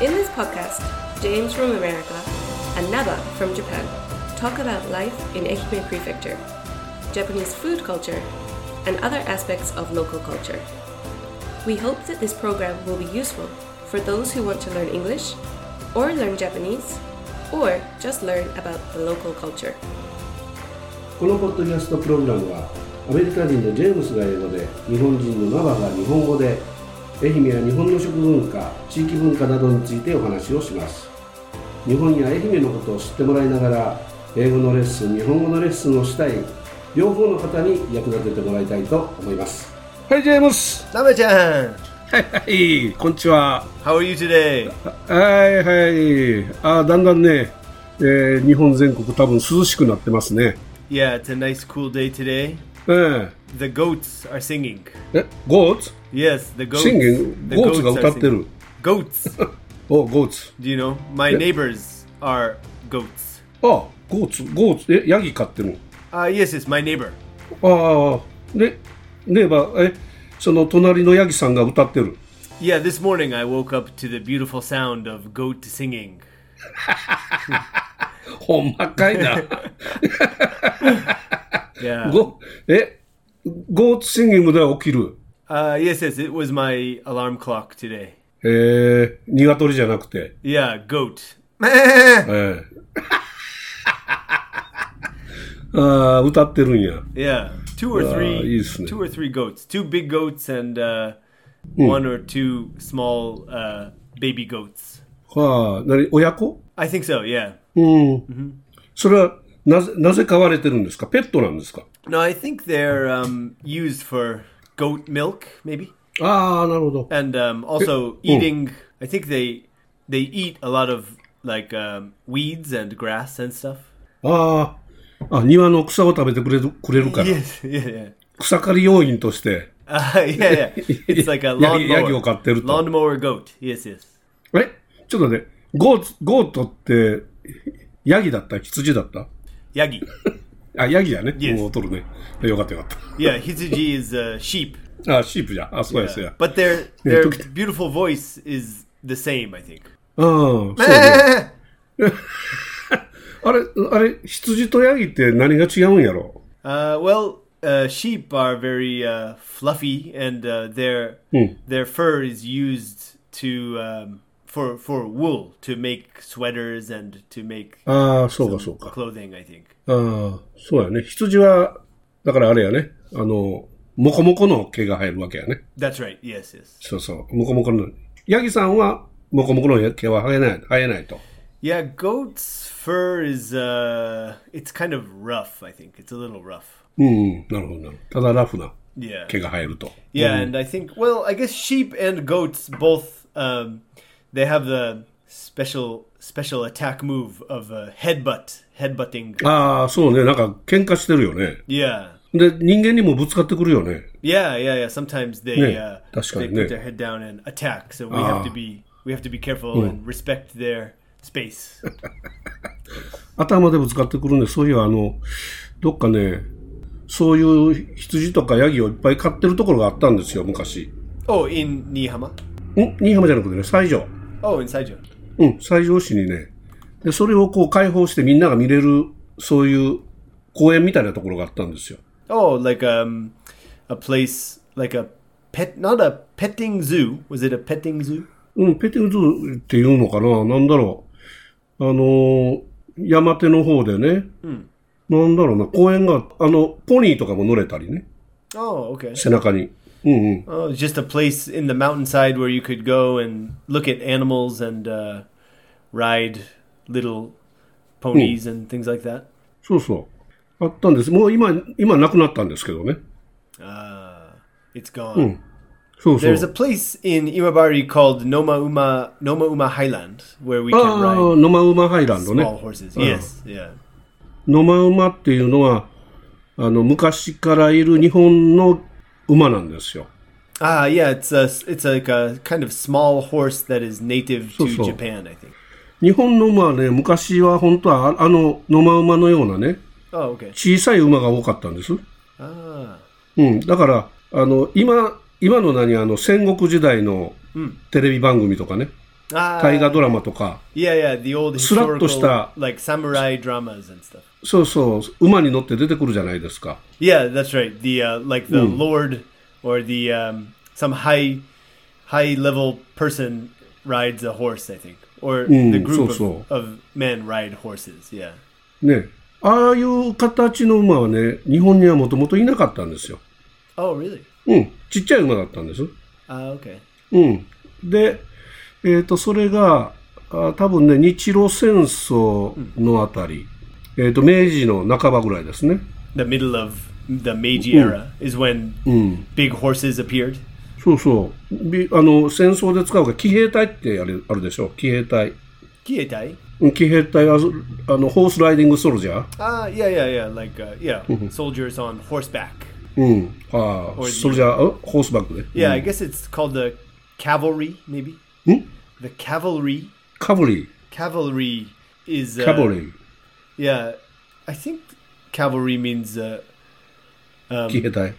In this podcast, James from America and Naba from Japan talk about life in Ehime Prefecture, Japanese food culture, and other aspects of local culture. We hope that this program will be useful for those who want to learn English, or learn Japanese, or just learn about the local culture. このポッドキャストプログラムはアメリカ人のジェームスが英語で日本人のナバが日本語で愛媛や日本の食文化地域文化などについてお話をします日本や愛媛のことを知ってもらいながら英語のレッスン日本語のレッスンをしたい両方の方に役立ててもらいたいと思いますはいジェームスなべちゃんはいはいこんにちは How are you today? はいはいあだんだんね、え日本全国多分涼しくなってますね Yeah, it's a nice cool day today. え The goats are singing. えゴーツ Yes, the goats. シンゲン the ゴーツが goats 歌 are ってる singing. Goats. おゴーツ Do you know? My neighbors are goats. あゴーツゴーツえヤギ飼ってる Uh, yes, yes, my neighbor. ああでねえばえその隣のヤギさんが歌ってる Yeah, this morning I woke up to the beautiful sound of goat singing. ほんまかいな Yeah. ゴえゴーツシンギングでは起きる Uh, yes, yes, it was my alarm clock today. えー、鶏じゃなくて Yeah, goat. えー ああ歌ってるんや Yeah, two or three, Ah, isn't it? two or three goats, two big goats and uh, Hmm. one or two small uh, baby goats. はあ何親子 I think so. Yeah. それはなぜなぜ飼われてるんですかペットなんですか No, I think they're um, used for goat milk, maybe, ああなるほど and um, also eating. I think they they eat a lot of like um, weeds and grass and stuff. ああ、あ、庭の草を食べてくれるくれるから、 Yes, yeah, yeah. 草刈り要員として、 Uh, yeah, yeah. It's like a ヤギヤギを lawnmower, 飼ってると。 lawnmower goat. Yes, yes. えちょっとね、ゴー、ゴートって、ヤギだった羊だった Yagi. あ、ヤギだね。 Yes. もう取るね。よかったよかっ Yeah, Hitsuji is uh, sheep. た。あ、シープじゃ。あ、そうやそうや。 But their their took- beautiful voice is the same, I think. うん、そうね。あれ、あれ、羊とヤギって何が違うんやろ Uh, well, uh, sheep are very uh, fluffy, and uh, their their fur is used to um, for for wool to make sweaters and to make ああ、そうかそうか。 clothing. I think. ああ、そうやね。羊は、だからあれやね。あの、モコモコの毛が生えるわけやね。 That's right. Yes, yes. そうそう、モコモコの。ヤギさんは、モコモコの毛は生えない、生えないと。 Yeah, goat's fur is uh, it's kind of rough. I think it's a little rough. うん、なるほどな。ただラフな Yeah. 毛が生えると。 Yeah, and I think well, I guess sheep and goats both um, they have the special special attack move of uh, headbutt, headbutting. ああ、そうね。なんか、喧嘩してるよね。 Yeah, で、人間にもぶつかってくるよね。 yeah, yeah, yeah. Sometimes they Yeah, uh, that's they right, yeah. Ah. put their head down and attack, so we have to be we have to be careful and respect their space. 頭でぶつかってくるんで、そういえば、あの、どっかね、そういう羊とかヤギをいっぱい飼ってるところがあったんですよ、昔。 oh, in Nihama. ん新居浜じゃなくてね、西条。 Oh, in Saijo. うん、西条市にね。で、それをこう開放してみんなが見れる、そういう公園みたいなところがあったんですよ。 Oh, like um, a place like a pet, not a petting zoo. Was it a petting zoo? うん、ペティングズーっていうのかななんだろう。あのー山手の方でね。なんだろうな、公園が、あの、ポニーとかも乗れたりね。 Oh, okay. 背中に。うんうん。 Oh, it's just a place in the mountainside where you could go and look at animals and uh, ride little ponies and things like that. そうそう。あったんです。もう今、今なくなったんですけどね。 Uh, it's gone. そうそう There's。a place in Imabari called Noma Uma Noma Uma Highland where we あ can あ ride ー、野間馬ハイランド small ね。 horses. Yes, yeah. 野間馬っていうのは、あの、昔からいる日本の馬なんですよ。 Ah, yeah. It's a it's like a kind of small horse that is native to so. Japan, I think. 日本の馬はね、昔は本当はあ、あの、野間馬のようなね、 Oh, okay. 小さい馬が多かったんです。 Ah, うん、だから、あの、今、今の何、あの、戦国時代のテレビ番組とかね、大河ドラマとか、Ah, Yeah, yeah, the old スラッとした historical like samurai dramas and stuff. そうそう、馬に乗って出てくるじゃないですか。 Yeah, that's right. The uh, like the lord or the um, some high high level person rides a horse, I think, or the group of, そうそう。 of men ride horses. Yeah. ね。ああいう形の馬はね、日本にはもともといなかったんですよ。 Oh, really? うん。ちっちゃい馬だったんです。 Ah, okay. うん。で、えっ、と、それが、あ多分ね、日露戦争のあたり、えっ、と、明治の半ばぐらいですね。 The middle of the Meiji era is when big horses appeared. そうそう。びあの、戦争で使うか、騎兵隊ってあれあるでしょ。騎兵隊。 Kietai. うん騎兵隊は、あの、ホースライディングソルジャー Ah, yeah, yeah, yeah. Like, uh, yeah, soldiers on horseback. うん。ああ、 Or- ソルジャー、あホースバックで。 Yeah, I guess it's called the cavalry, maybe. The cavalry. カブリー。 Cavalry is. Uh, カブリ Yeah, I think cavalry means uh, ー。騎兵隊。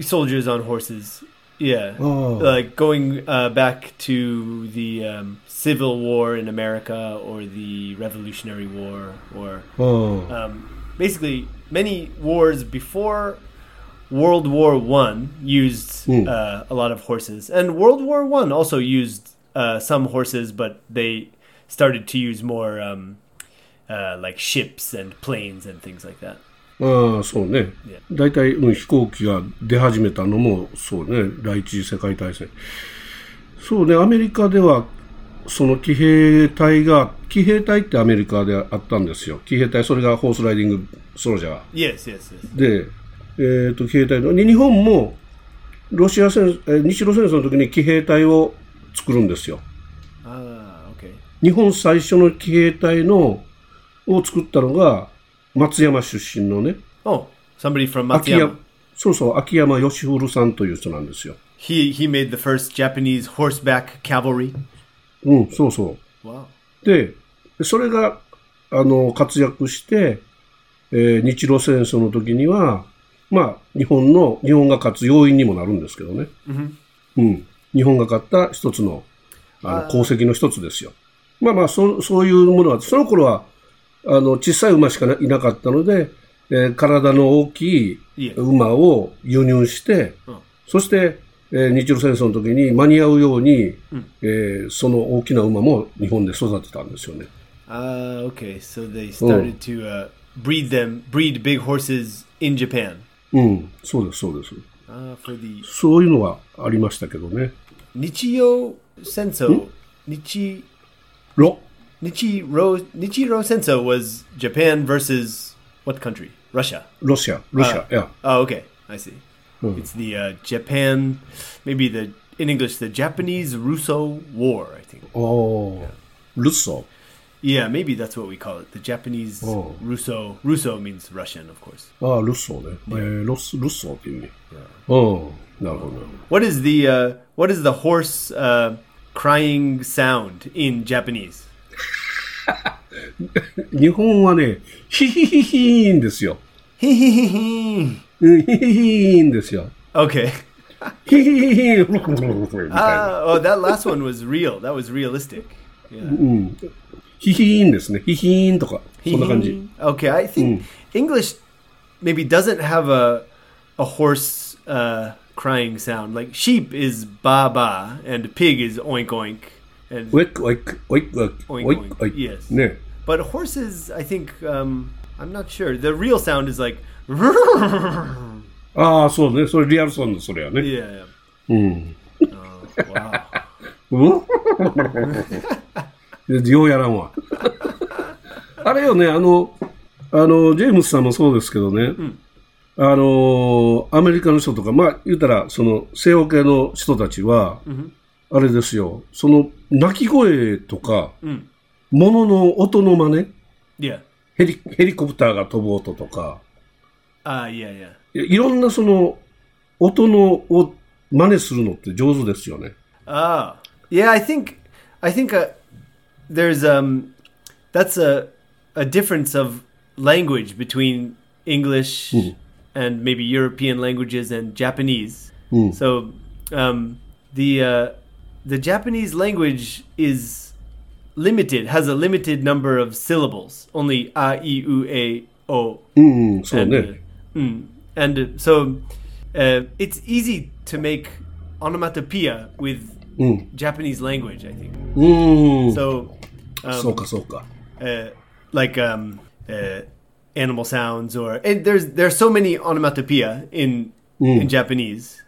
soldiers on horses. Yeah, Oh. like going uh, back to the um, Civil War in America or the Revolutionary War or うん。 um, basically many wars before World War One used uh, a lot of horses, and World War One also used uh, some horses, but they started to use more um, uh, like ships and planes and things like that. ああ、そうね。大体、うん、飛行機が出始めたのも、そうね、第一次世界大戦。そうね、アメリカでは、その騎兵隊が、騎兵隊ってアメリカであったんですよ。騎兵隊、それがホースライディングソルジャー。 Yes, yes, yes. で、えー、と騎兵隊のに日本もロシア戦、えー日露戦争の時に騎兵隊を作るんですよ。 Ah, okay. 日本最初の騎兵隊のを作ったのが松山出身のね Oh, somebody from 秋山 Matsuyama. そうそう秋山義古さんという人なんですよ。 He he made the first Japanese horseback cavalry. うんそうそ Wow. う。でそれがあの活躍して、えー日露戦争の時にはまあ日本の日本が勝つ要因にもなるんですけどね。うん、日本が勝った一つのあの功績の一つですよ。まあまあそ、そういうものは、その頃は、あの、小さい馬しかないなかったので、えー体の大きいいえ馬を輸入して、んそして、えー日露戦争の時に間に合うように、えーその大きな馬も日本で育てたんですよね。 Ah, okay. So they started to uh, breed them, breed big horses in Japan うん、そうです、そうです。 uh, for the そういうのはありましたけどね。 Nichiyo Senso. Nichi ろ、 Nichiro Nichiro Senso was Japan versus what country? Russia. ロシア、ロシア、 Ah. いや、 Oh, okay. I see. It's the uh, Japan, maybe the in English the Japanese Russo War. I think. おー、ルッソ。 Yeah, maybe that's what we call it. The Japanese Oh. Russo. Russo means Russian, of course. ああ、ルッソーね。えー、ロス、ルッソーっていう意味。うん。なるほど。 What is the uh, what is the horse uh, crying sound in Japanese? 日本はね、ヒヒヒヒーンですよ。 okay. うんヒヒヒーンですよ。ヒヒヒヒーン、フルフルフルフルみたいな。 Uh, oh, that last one was real. That was realistic. Yeah. ヒヒーンですね。ヒヒーンとか。そんな感じ。 Okay, I think English maybe doesn't have a a horse uh, crying sound. Like sheep is ba ba and pig is oink oink. And ウェック、ウェック、ウェック、ウェック、ウ Oink, ェック、ウ oink. ェッ Yes. ク。ね。 But horses, I think, um, I'm not sure. The real sound is like, yeah, ああ、そうね。それリアルソンのそれやね。 yeah. Oh, wow. うん。 ようやらんわ。あれよね、あの、あの、ジェームスさんもそうですけどね、あの、アメリカの人とか、まあ、言うたら、その、西洋系の人たちは、あれですよ、その、鳴き声とか、んものの音の真似、 Yeah. ヘリ、ヘリコプターが飛ぶ音とか、 Ah, yeah, yeah. いいろんなその、音のを真似するのって上手ですよね。 Ah, yeah. I think, I think uh, there's um, that's a a difference of language between English and maybe European languages and Japanese. So um, the uh, the Japanese language is limited, has a limited number of syllables. Only a, i, u, e, o. うん、うん、そう And, ね。 uh, mm. and uh, so uh, it's easy to make onomatopoeia with Japanese language, I think. Mm. うん、 So, そうかそうか。 uh, like um, uh, animal sounds, or and there's there's so many onomatopoeia in in Japanese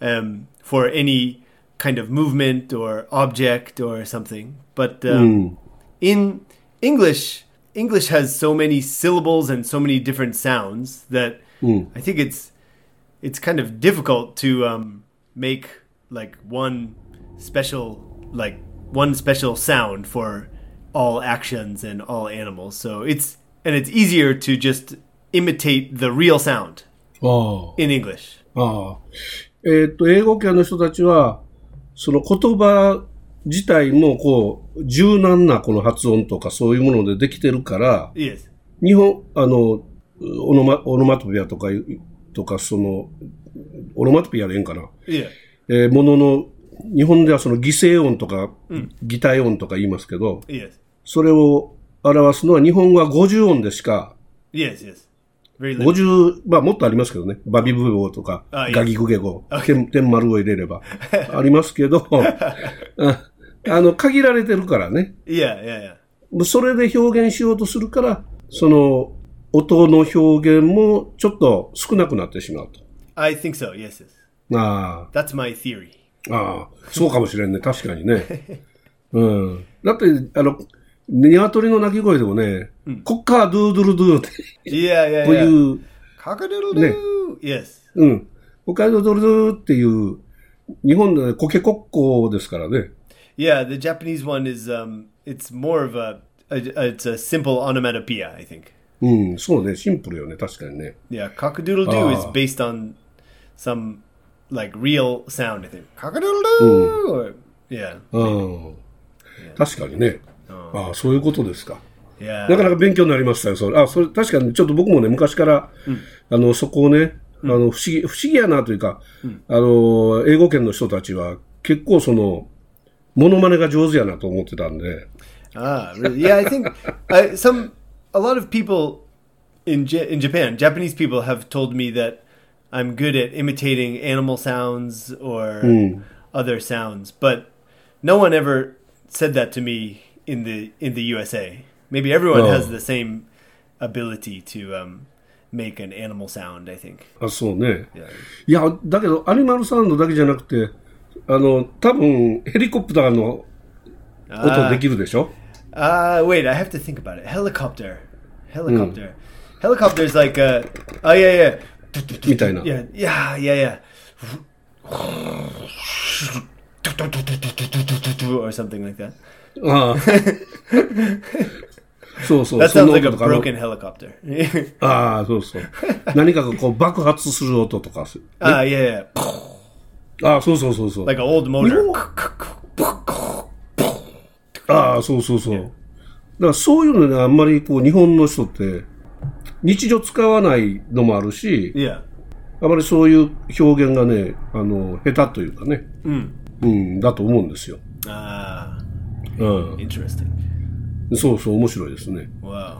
um, for any kind of movement or object or something. But um, in English, English has so many syllables and so many different sounds that I think it's it's kind of difficult to um, make like one special like one special sound for all actions and all animals. So it's and it's easier to just imitate the real sound あ in English. あ。ああ。えーっと、英語圏の人たちは、その言葉自体もこう、柔軟なこの発音とかそういうものでできてるから、 Yes. 日本、あの、オノマオノマトピアとかいう、とか、その、オノマトピアでええんかな。 Yeah. えーものの、日本ではその擬声音とか、擬態音とか言いますけど、 Yes. それを表すのは日本語は50音でしか、 Yes. Yes. Very limited. 50、まあもっとありますけどね。バビブ語とか、あいいガギグゲ語、てん天丸を入れれば、ありますけ ど、ああの、限られてるからね。 Yeah. Yeah. Yeah. それで表現しようとするから、その、音の表現もちょっと少なくなってしまうと。 I think so. Yes. Yes. あ That's my theory. あ、ああ、そうかもしれんね。確かに ね。うん。だって、あの、鶏の鳴き声でもね、コッカードゥードゥルドゥーって、 Yeah. Yeah. こう yeah. いう、 Cockadoodle doo. Yes. うん。北海道ドルドルっていう、日本でコケコッコですからね。 Yeah. The Japanese one is um. It's more of a, a it's a simple onomatopoeia. I think. うん、そうね、シンプルよね、確かにね。 Yeah. Cockadoodle doo is Ah. based on some like real sound. I think. Cockadoodle doo. Or yeah. うん。確かにね。ああ、そういうことですか。 Yeah. なかなか勉強になりましたよ、それ。あ、それ確かにちょっと僕もね、昔から、あの、そこをね、あの、不思議、不思議やなというか、あの、英語圏の人たちは結構その、モノマネが上手やなと思ってたんで、 Ah, really? Yeah, I think I, some a lot of people in ja in Japan, Japanese people have told me that I'm good at imitating animal sounds or other sounds, but no one ever said that to me in the in the USA. Maybe everyone Oh. has the same ability to um, make an animal sound. I think. あ、そうね。 Yeah. いや、だけど、アニマルサウンドだけじゃなくて、あの、多分ヘリコプターの音できるでしょ Uh, wait, I have to think about it. Helicopter, helicopter, helicopter's like a oh yeah yeah. みたいな。 Yeah, yeah, yeah, yeah. Or something like that. ああ そうそう。 That そ sounds の like a 音とかの broken helicopter. ああ、そうそう。何かがこう爆発する音とかす。 Ah, yeah, yeah. ああ、そうそうそうそう。 Like an old motor. ああ、そうそうそう。だからそういうのね、あんまりこう日本の人って、日常使わないのもあるし、 Yeah. あまりそういう表現がね、あの、下手というかね、うん、だと思うんですよ。 Ah, うん。 interesting. そうそう、面白いですね。 Wow.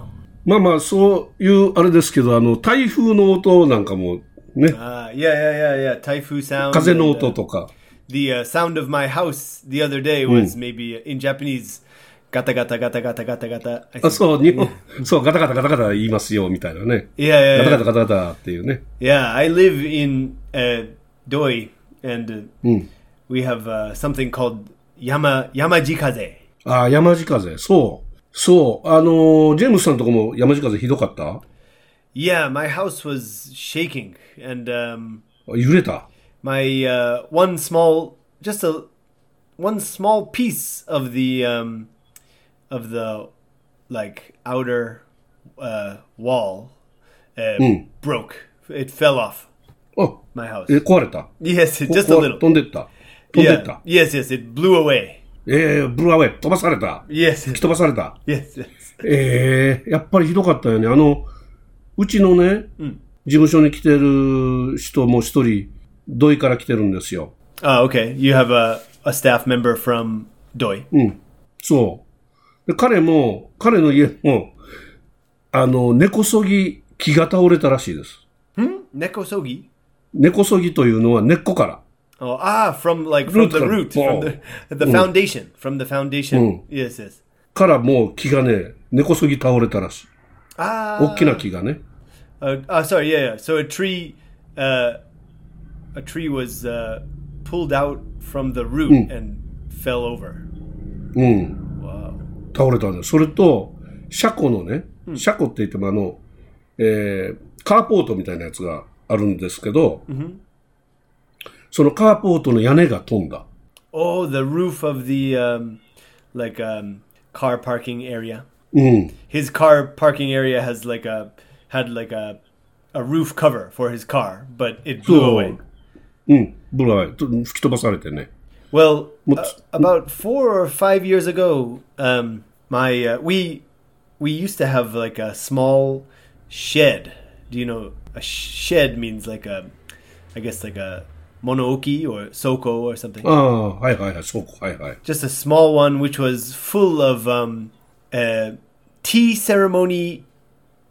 まあまあ、そういう、あれですけど、あの、台風の音なんかも、ね、 Ah, yeah, yeah, yeah, yeah. Typhoon sound. 風の and, uh, 音とか。 the uh, sound of my house the other day was maybe in Japanese, gata gata gata gata gata gata. あ I think. そう、日本、そう、ガタガタガタガタ言いますよ、みたいなね。 Yeah, yeah, ガタ yeah. ガタガタガタっていうね。 Yeah, I live in uh, Doi, and uh, we have uh, something called Yama Yamajikaze. ああ、山地風。そう。そう。あのージェームスさんとこも山地風ひどかったあ Yeah, my house was shaking, and um, 揺れた。 my uh, one small, just a one small piece of the um, of the like outer uh, wall uh, Hmm. broke. It fell off あ、 my house. え、壊れた。 yes, it, こ just a 壊れ little. 飛んでった。飛んでっ Yeah. た。 Yes, yes, it blew away. えー、ブルーアウェイ、飛ばされた。 Yes, 吹き飛ばされた。 yes, yes. ええやっぱりひどかったよね。あの、うちのね、事務所に来てる人も一人、土井から来てるんですよ。Hmm. Ah, Oh, okay. You have a, a staff member from Doi. そう。で彼も、彼の家も、あの、根こそぎ木が倒れたらしいです。 Nekosogi? 根こそぎというのは根っこから。 Oh, ah, from like from Root the from- Hmm. root, from the, the foundation, from the foundation. Yes, yes. からもう木がね、根こそぎ倒れたらしい。 Ah, 大きな木がね。 uh, ah, sorry, yeah, yeah. So a tree, uh, a tree was uh, pulled out from the root and fell over. うん。 Wow. 倒れたんです。それと、車庫のね、車庫って言ってもあの、えーカーポートみたいなやつがあるんですけど、そのカーポートの屋根が飛んだ。 Oh, the roof of the um, like um, car parking area. うん。 His car parking area has like a had like a a roof cover for his car, but it blew そう away. うん。ブライ、と吹き飛ばされてね。 Well, What- uh, about four or five years ago, um, my uh, we we used to have like a small shed. Do you know a shed means like a, I guess like a monooki or soko or something. ああ、はいはいはい、そうか、はいはい。 Just a small one, which was full of um, uh, tea ceremony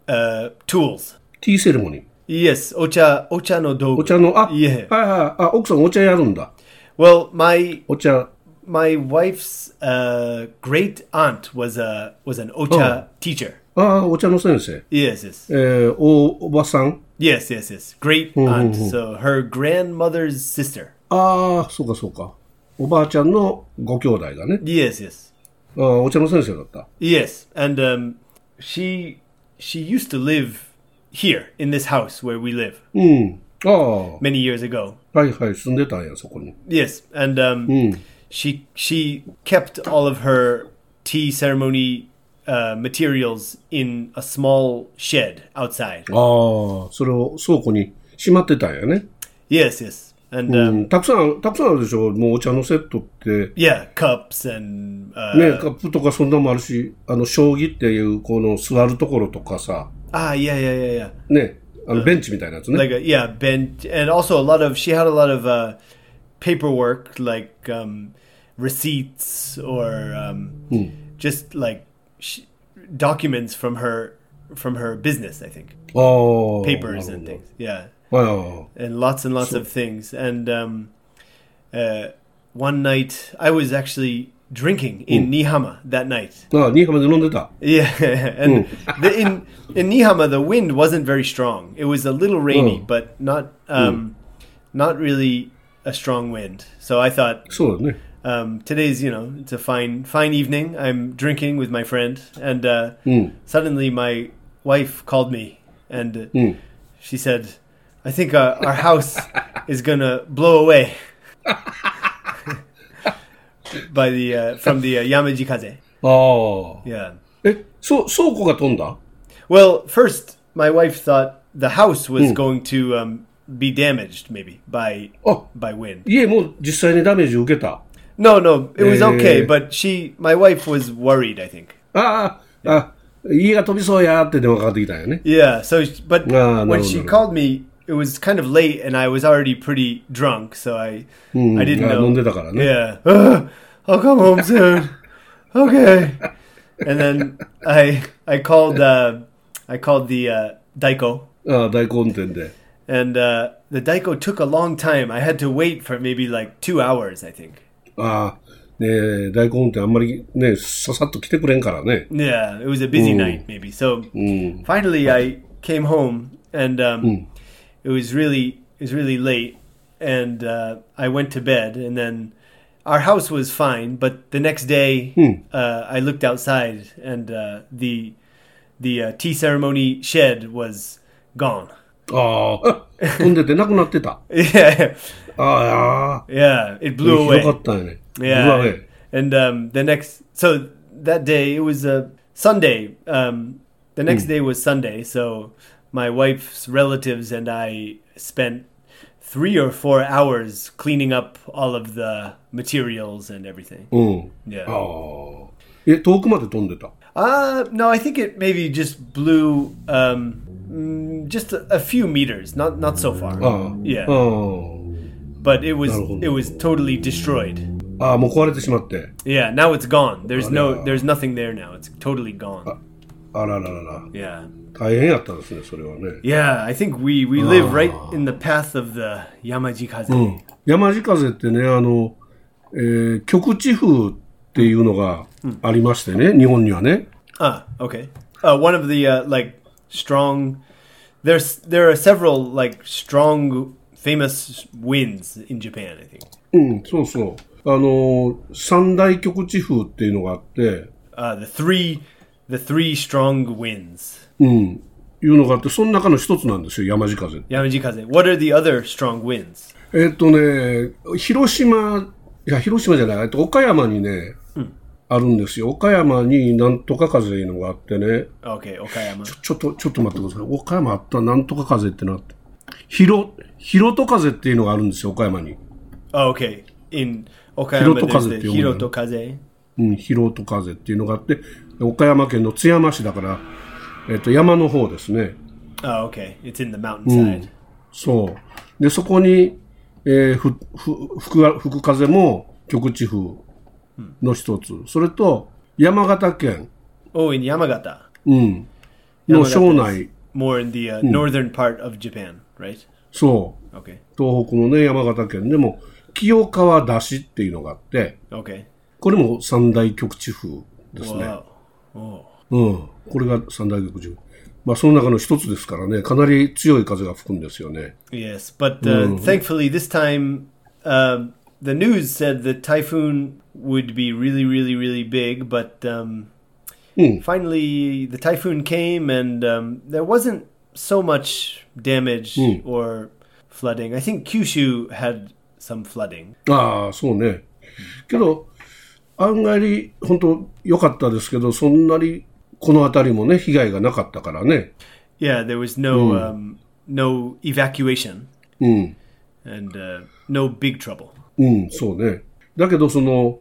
uh, tools. ティーセレモニー。 Yes, ocha ocha no dogu. お茶の、あ、いえはいはい、あ、奥さんお茶やるんだ。 Well, my お茶、 my wife's uh, great aunt was a was an ocha teacher. ああ、お茶の先生。 Yes, yes, えー、お、おばさん。 yes, yes, yes. Great aunt. So her grandmother's sister. ああ、そうかそうか。おばあちゃんのご兄弟がね。 Yes, yes, ああ、お茶の先生だった。 yes. And um, she she used to live here in this house where we live うん。ああ、 many years ago. はいはい、住んでたんや、そこに。 Yes, and um, she she kept all of her tea ceremony uh, materials in a small shed outside. Oh. ああ、それを倉庫にしまってたんやね。 Yes, yes, and. う Um, ん、たくさん、たくさんあるでしょ。もうお茶のセットって。 Yeah, cups and uh, ね、カップとかそんなのもあるし、あの、将棋っていう、この座るところとかさ、 ah, yeah, yeah, yeah, yeah. ね、あの、ベンチみたいなやつね。 Like a, yeah, bench, and also a lot of she had a lot of uh, paperwork like um, receipts or um, just like sh- documents from her from her business. I think ああ。 papers and なる things. Yeah, ほどはいはいはい。 and lots and lots of things. And um, uh, one night I was actually drinking in Nihama that night. ああ、新居浜で飲んでた。 Yeah, and the, in in Nihama the wind wasn't very strong. It was a little rainy, Mm. but not um, not really a strong wind. So I thought そうだね。 um, today's you know it's a fine fine evening. I'm drinking with my friend, and uh, suddenly my wife called me, and uh, she said, "I think our, our house is gonna blow away by the uh, from the uh, Yamaji Kaze." ああ。 Yeah. え、そう、倉庫が飛んだ Well, first, my wife thought the house Hmm. was going to um, be damaged, maybe by あ、 by wind. 家も実際にダメージ受けた。 No, no, it was Eh. okay. But she, my wife, was worried. I think. ああ、あ、家が飛びそうやって電話かかってきたんやね。 Yeah. So, but Ah, no, when she no, no. called me, it was kind of late, and I was already pretty drunk, so I I didn't あ know. 飲んでたからね。 Yeah. "Ugh, I'll come home soon. okay. And then I I called uh, I called the uh, Daiko. ああ、大混転で。 and uh, the Daiko took a long time. I had to wait for maybe like two hours, I think. ああ、ねえ、大混転あんまりね、ささっと来てくれんからね。 Yeah, it was a busy night, maybe. So finally, I came home, and um, it was really it was really late, and uh, I went to bed, and then our house was fine, but the next day uh, I looked outside, and uh, the the uh, tea ceremony shed was gone. ああ、飛んでてなくなってた。 yeah, ああ、 yeah, it ひ blew ど away. かったんやね。うわ Yeah. ね And um, the next, so that day it was a Sunday. Um, the next day was Sunday, so my wife's relatives and I spent three or four hours cleaning up all of the materials and everything. うん。 Yeah. ああ。え、遠くまで飛んでた。 Uh, no, I think it maybe just blew um, mm, just a, a few meters, not not so far. ああ。 Yeah. ああ。 But it was Not a whole- it was totally destroyed. ああ、もう壊れてしまって。 Yeah, now it's gone. There's yeah. no, there's nothing there now. It's totally gone. あらららら。 Yeah, 大変やったですね、それはね。 yeah. I think we we live right in the path of the Yamajikaze. うん山地風ってね、あの、えー極地風っていうのがありましてね、日本にはね。 Ah, okay. Uh, one of the uh, like strong. There's there are several like strong famous winds in Japan. I think. うん、そうそう。あの、三大極地風っていうのがあって、 Uh, the three, the three strong winds. うん、いうのがあって、その中の一つなんですよ、山地風。 Yamajikaze. What are the other strong winds? えっとね、広島、いや、広島じゃない、えっと、岡山にね、あるんですよ。岡山になんとか風いうのがあってね、 Okay, Okayama. ちょっと、ちょっと待ってください。岡山あったなんとか風ってなって。広、広戸風っていうのがあるんですよ、岡山に。 Oh, okay, in Okayama there's the ヒロト風って呼ぶの？ Hirotokaze. うん、広戸風っていうのがあって、岡山県の津山市だから、えっと、山の方ですね。 Oh, okay. It's in the Mm. mountainside. そう。で、そこに、えーふ、ふ、吹く、吹く風も局地風の一つ。それと、山形県、 Oh, in Yamagata. うん、の山形です省内、 More in the uh, northern part of Japan, right? そう。 Okay. 東北のね、山形県でも、清川出しっていうのがあって、 Okay. これも三大局地風ですね。 Wow. Oh. うん。これが三大局地風。まあ、その中の一つですからね、かなり強い風が吹くんですよね。 Yes, but uh, thankfully this time um, the news said the typhoon would be really, really, really big, but um, Hmm. finally the typhoon came and um, there wasn't so much damage or flooding. I think Kyushu had some flooding. ああ、そうね。けど、案外、本当良かったですけど、そんなに、この辺りもね、被害がなかったからね。 Yeah, there was no um, no evacuation うん、 and uh, no big trouble. うん、そうね。だけど、その、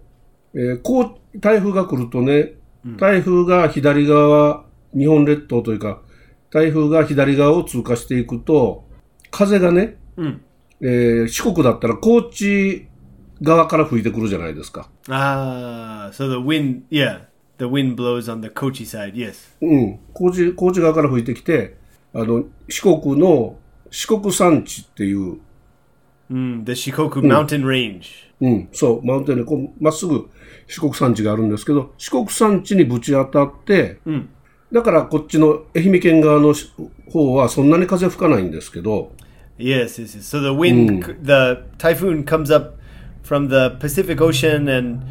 えーこう、台風が来るとね、台風が左側、日本列島というか、台風が左側を通過していくと、風がね、んえー四国だったら高知側から吹いてくるじゃないですか。 Ah, so the wind, yeah, the wind blows on the Kochi side. Yes. うん、高知高知側から吹いてきてあの四国の四国山地っていう、 Mm, the Shikoku mountain range. うん、そうマウンテンでこうまっすぐ四国山地があるんですけど四国山地にぶち当たって、んだからこっちの愛媛県側のし方はそんなに風吹かないんですけど Yes, yes, yes. So the wind, c the typhoon comes up from the Pacific Ocean and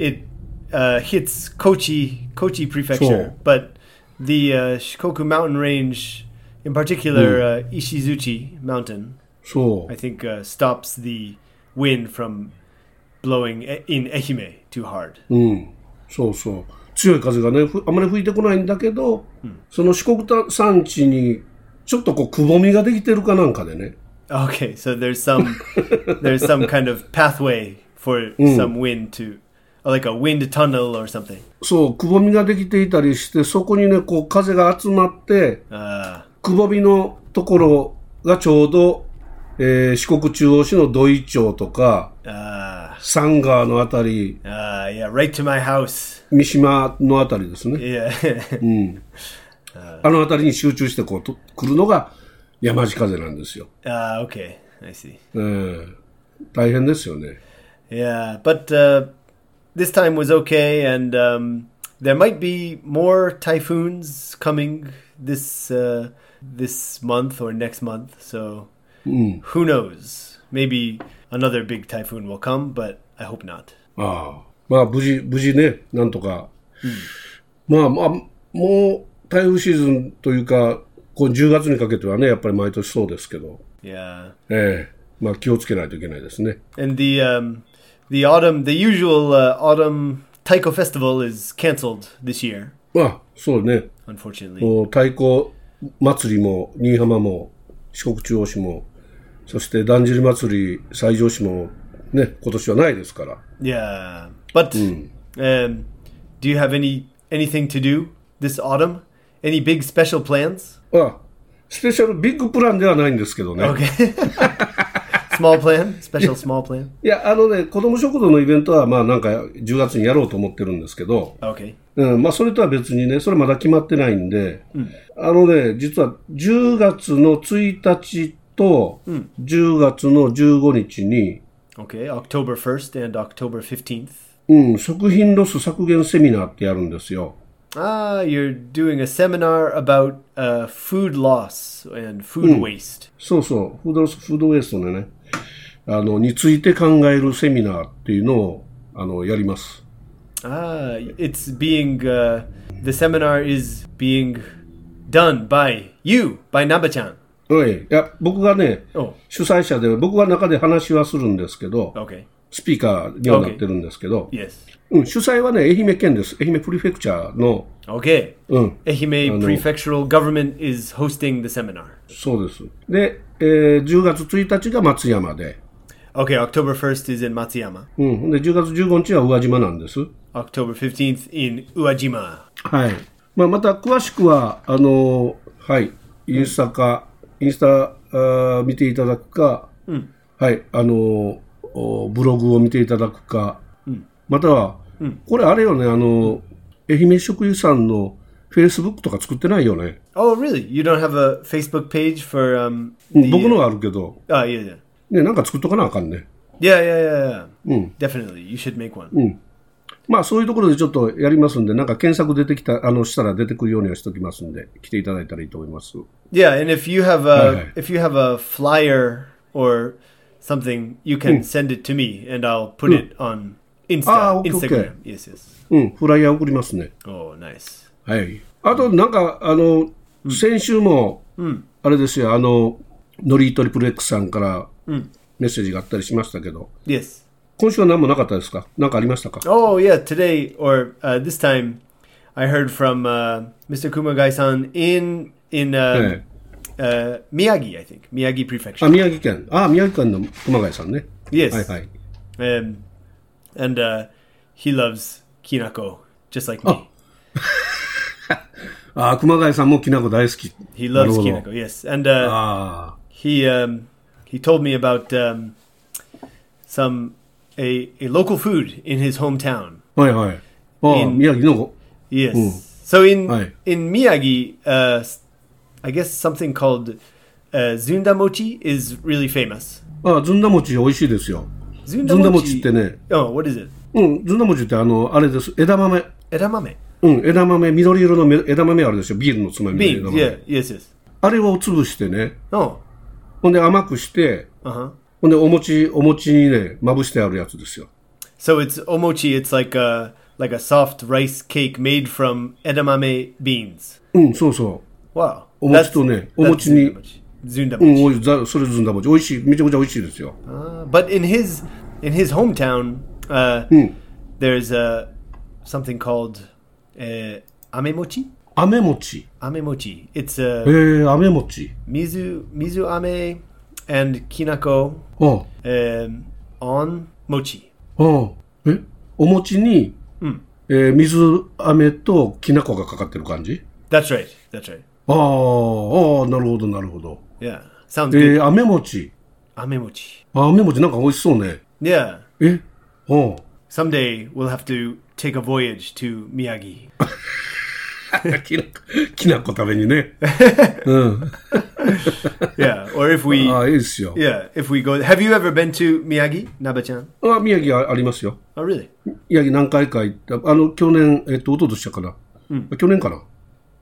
it uh, hits Kochi, Kochi Prefecture. So- But the uh, Shikoku mountain range, in particular uh, Ishizuchi Mountain, そ I think uh, stops the wind from blowing e- in Ehime too hard. う、うん、そうそう強い風がねふあまり吹いてこないんだけど、その四国た山地にちょっとこうくぼみができてるかなんかでね Okay, so there's some there's some kind of pathway for some wind to, or like a wind tunnel or something. そう、くぼみができていたりして、そこにね、こう風が集まって、 Uh, くぼみのところがちょうど、えー四国中央市の土井町とか、 ah, サンガーのあたり、 ah, yeah, right to my house. 三島のあたりですね。 Yeah, あのあたりに集中してこうと来るのが山地風なんですよ。 ah, okay, I see. えー大変ですよね。 Yeah, but uh, this time was okay, and um, there might be more typhoons coming this uh, this month or next month. So who knows? Maybe another big typhoon will come, but I hope not. ああまあ、無事、無事ね、なんとか。まあまあ、もう台風シーズンというか、こう10月にかけてはね、やっぱり毎年そうですけど、 Yeah, ええまあ気をつけないといけないですね。 and the um, the autumn, the usual uh, autumn Taiko festival is canceled this year, まあ、そうね。 unfortunately. もう太鼓祭りも、新居浜も、四国中央市も、そしてだんじり祭り、西条市も、ね、今年はないですから。 Yeah, but um, do you have any anything to do this autumn? Any big special plans? まあ、スペシャルビッグプランではないんですけどね。 Okay, small plan, special small plan. いや、あのね、子供食堂のイベントは、まあなんか10月にやろうと思ってるんですけど、 Okay. うん、まあそれとは別にね、それまだ決まってないんで、あのね、実は10月の1日と10月の15日に、 Okay. October 1st and October 15th. うん、食品ロス削減セミナーってやるんですよ。 Ah, you're doing a seminar about uh, food loss and food waste. そうそう、フードロス、フードウェイストのね、あの、について考えるセミナーっていうのを、あの、やります。 Ah, it's being uh, the seminar is being done by you, by Nabachan. はい。いや、僕がね、 Oh, 主催者で、僕は中で話はするんですけど、 okay. スピーカーにはなってるんですけど、 Yes. うん、主催はね、愛媛県です。愛媛プリフェクチャーの、 Okay. うん、 Ehime Hello. Prefectural Government is hosting the seminar. そうです。で、えー10月1日が松山で、 Okay, October 1st is in Matsuyama. うん、で10月15日は宇和島なんです。 October 15th in Uwajima. はい。まあ、また詳しくは、あのーはい、インスタか、インスタあー見ていただくか、はい、あのーおブログを見ていただくか、または、これあれよね、あのー愛媛食油さんのフェイスブックとか作ってないよね。 Oh, really? You don't have a Facebook page for um うん僕のはあるけど、 Oh, yeah, yeah. ね、なんか作っとかなあかんね。 Yeah, yeah, yeah. yeah. Mm. Definitely. You should make one. まあそういうところでちょっとやりますんで、なんか検索出てきた、あの、したら出てくるようにはしておきますんで、来ていただいたらいいと思います。 Yeah, and if you have Right. a if you have a flyer or something, you can send it to me and I'll put it on Mm. Insta Ah, okay, okay. Instagram. Yes, yes. うん、フライヤー送りますね。 Oh, nice. はい。あと、なんか、あの、先週も、あれですよ、あの、ノリートリプル X さんからメッセージがあったりしましたけど、 Yes. 今週は何もなかったですか何かありましたか Oh yeah, today or uh, this time, I heard from uh, Mr. Kumagai-san in in uh, ええ uh, Miyagi, I think Miyagi あ、 Prefecture. 宮城県。あ、宮城県の熊谷さんね。 Yes. はいはい。 um, and uh, he loves Kinako just like me. あ、熊谷さんもきなこ大好き。 He loves なるほ Kinako, ど yes. And Ah. uh, あ he um, he told me about um, some a a local food in his hometown. あ、はいはい。あ In- 宮城の、 Yes. So in Aye. in Miyagi, uh, s- I guess something called uh, zundamochi is really famous. あ、ずんだ餅美味しいですよ。ずんだ餅ってね、 Oh, what is it? うん、ずんだ餅ってあの、あれです。枝豆。 Edamame. うん、枝豆、緑色のめ枝豆あるでしょ。ビールのつまみの枝 Beans. 豆。 Yeah. Yes. Yes. あれを潰してね、 Oh. ほんで甘くして、 Uh huh. ほんでお餅、お餅にね、まぶしてあるやつですよ。 So it's omochi. It's like a like a soft rice cake made from edamame beans. うん、そうそ Wow. お餅とね、お餅に- zundamochi. う。うん、おいざそれずんだ餅。美味しい。めちゃくちゃ美味しいですよ。 Uh, but in his in his hometown, uh, there's uh, something called uh, amemochi. 飴餅。 Amemochi. It's え uh, ー、飴餅。 mizu mizu ame and kinako あ um, on mochi. あ、ああ。えお餅に、えー水飴ときな粉がかかってる感じ That's right. That's right. ああ、ああ、なるほど、なるほど。 Yeah. Sounds え good. ー、飴餅。 Amemochi. あ飴餅なんか美味しそうね。 Yeah. えあ Someday we'll have to take a voyage to Miyagi. あ。 きなきな粉食べにね。 Yeah. Or if we ああ、いいですよ。 yeah if we go. Have you ever been to Miyagi, Nabachan? あ宮城あありますよ。 Oh really? 宮城何回か行った、あの、去年、えっと、おととしかな、去年かな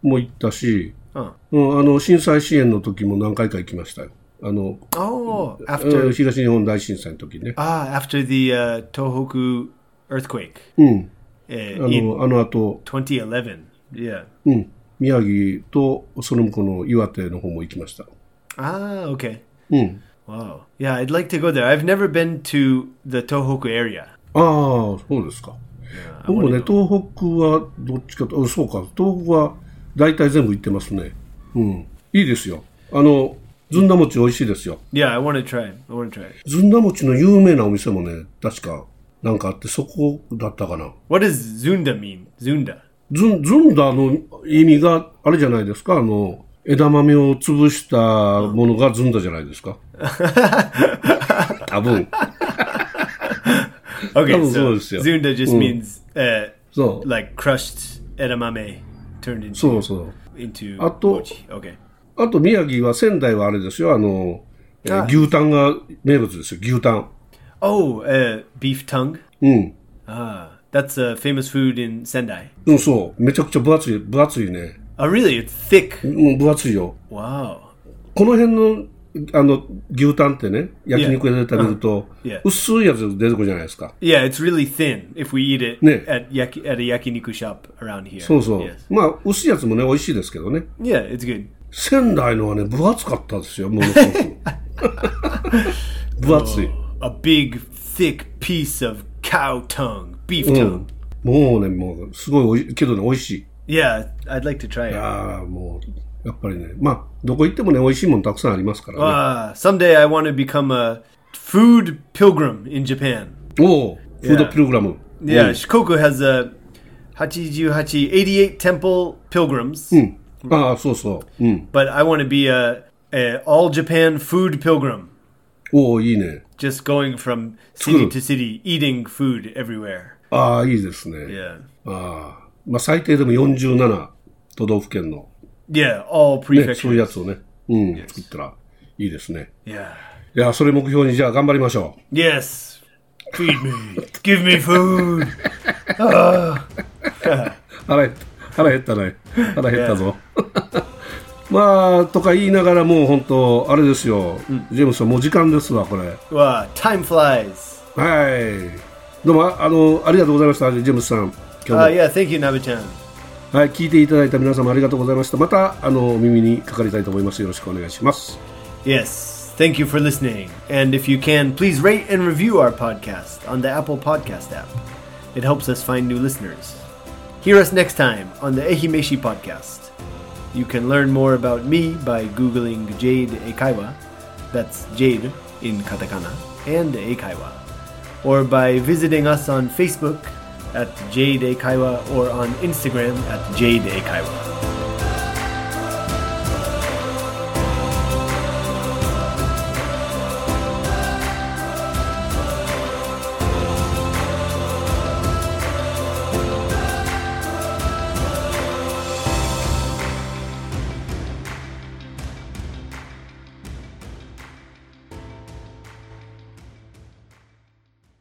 も行ったし、 Oh. うん、あの、震災支援の時も何回か行きましたよ。あの、 Oh, う after ん東日本大震災の時ね。 ah after the uh, Tohoku earthquake うん。 uh, あ in の、あの後、 2011. Yeah. うん。宮城と、その向こうの岩手の方も行きました。 Ah, okay. うん。 Wow. Yeah, I'd like to go there. I've never been to the Tohoku area. あ Uh, あ、そうですか。僕もね、東北はどっちかと、うんそうか、東北は大体全部行ってますね。うん。いいですよ。あの、ずんだ餅美味しいですよ。 Yeah, I want to try. I want to try. it. ずんだ餅の有名なお店もね、確か、なんかあって、そこだったかな。 What does Zunda mean? Zunda. ずん、ずんだの意味が、あれじゃないですか、あの、枝豆を潰したものがずんだじゃないです か。多分。 Okay, Oh, so so- Zunda just Mm. means uh, そう。 like crushed edamame turned into そうそう。 into I thought- mochi. Okay. あと宮城は仙台はあれですよ、あの、えーあ牛タンが名物ですよ、牛タン。 Oh, uh, beef tongue. うん。 Ah, that's a famous food in Sendai. うん、そう。めちゃくちゃ分厚い、分厚いね。 Oh, really? It's thick. うん、分厚いよ。 Wow. この辺の、あの、牛タンってね、焼肉屋で食べると、 Yeah. 薄いやつ出てくるじゃないですか。 Yeah, it's really thin. If we eat it Yeah. at yaki, at a yakiniku shop around here. そうそう。 Yes. まあ、薄いやつもね、美味しいですけどね。 Yeah, it's good. 仙台のはね、分厚かったですよ、もの すごく。分厚い。 A big, thick piece of cow tongue, beef うん tongue. もうね、もう、すごいおいけどね、美味しい。 Yeah, I'd like to try it. ああ、もう、やっぱりね、まあ、どこ行ってもね、美味しいものたくさんありますからね。 Ah, someday I want to become a food pilgrim in Japan. おお、フードプログラム。 Yeah, Mm. Shikoku has a Hachijuhachi 88 temple pilgrims, うんああ、そうそう。うん。 but I want to be a, a all Japan food pilgrim, おお、いいね。 just going from city True. to city eating food everywhere. ああ、いいですね。 Yeah. ああ、まあ、最低でも47都道府県の、 Yeah, all ね、そういう prefectures. やつをね、うん、作ったらいいですね。 Yeah. いや、それ目標にじゃあ頑張りましょ Yes. Feed me. Give me food. う。腹減った、腹減ったね。腹減ったぞ。 まあ、とか言いながらもう本当、あれですよ。ジェームスさん、もう時間ですわ、これ。 Wow, time flies. はい。どうも、ああの、ありがとうございました、ジェームスさん。今 Uh, 日も yeah, thank you, Nabe-chan. はい、聞いていただいた皆様ありがとうございました。また、あの、お耳にかかりたいと思います。よろしくお願いします。 Yes, thank you for listening. And if you can, please rate and review our podcast on the Apple Podcast app. It helps us find new listeners. Hear us next time on the Ehimeshi podcast. You can learn more about me by googling Jade Eikaiwa, that's Jade in katakana, and Eikaiwa, or by visiting us on Facebook at Jade Eikaiwa or on Instagram at Jade Eikaiwa.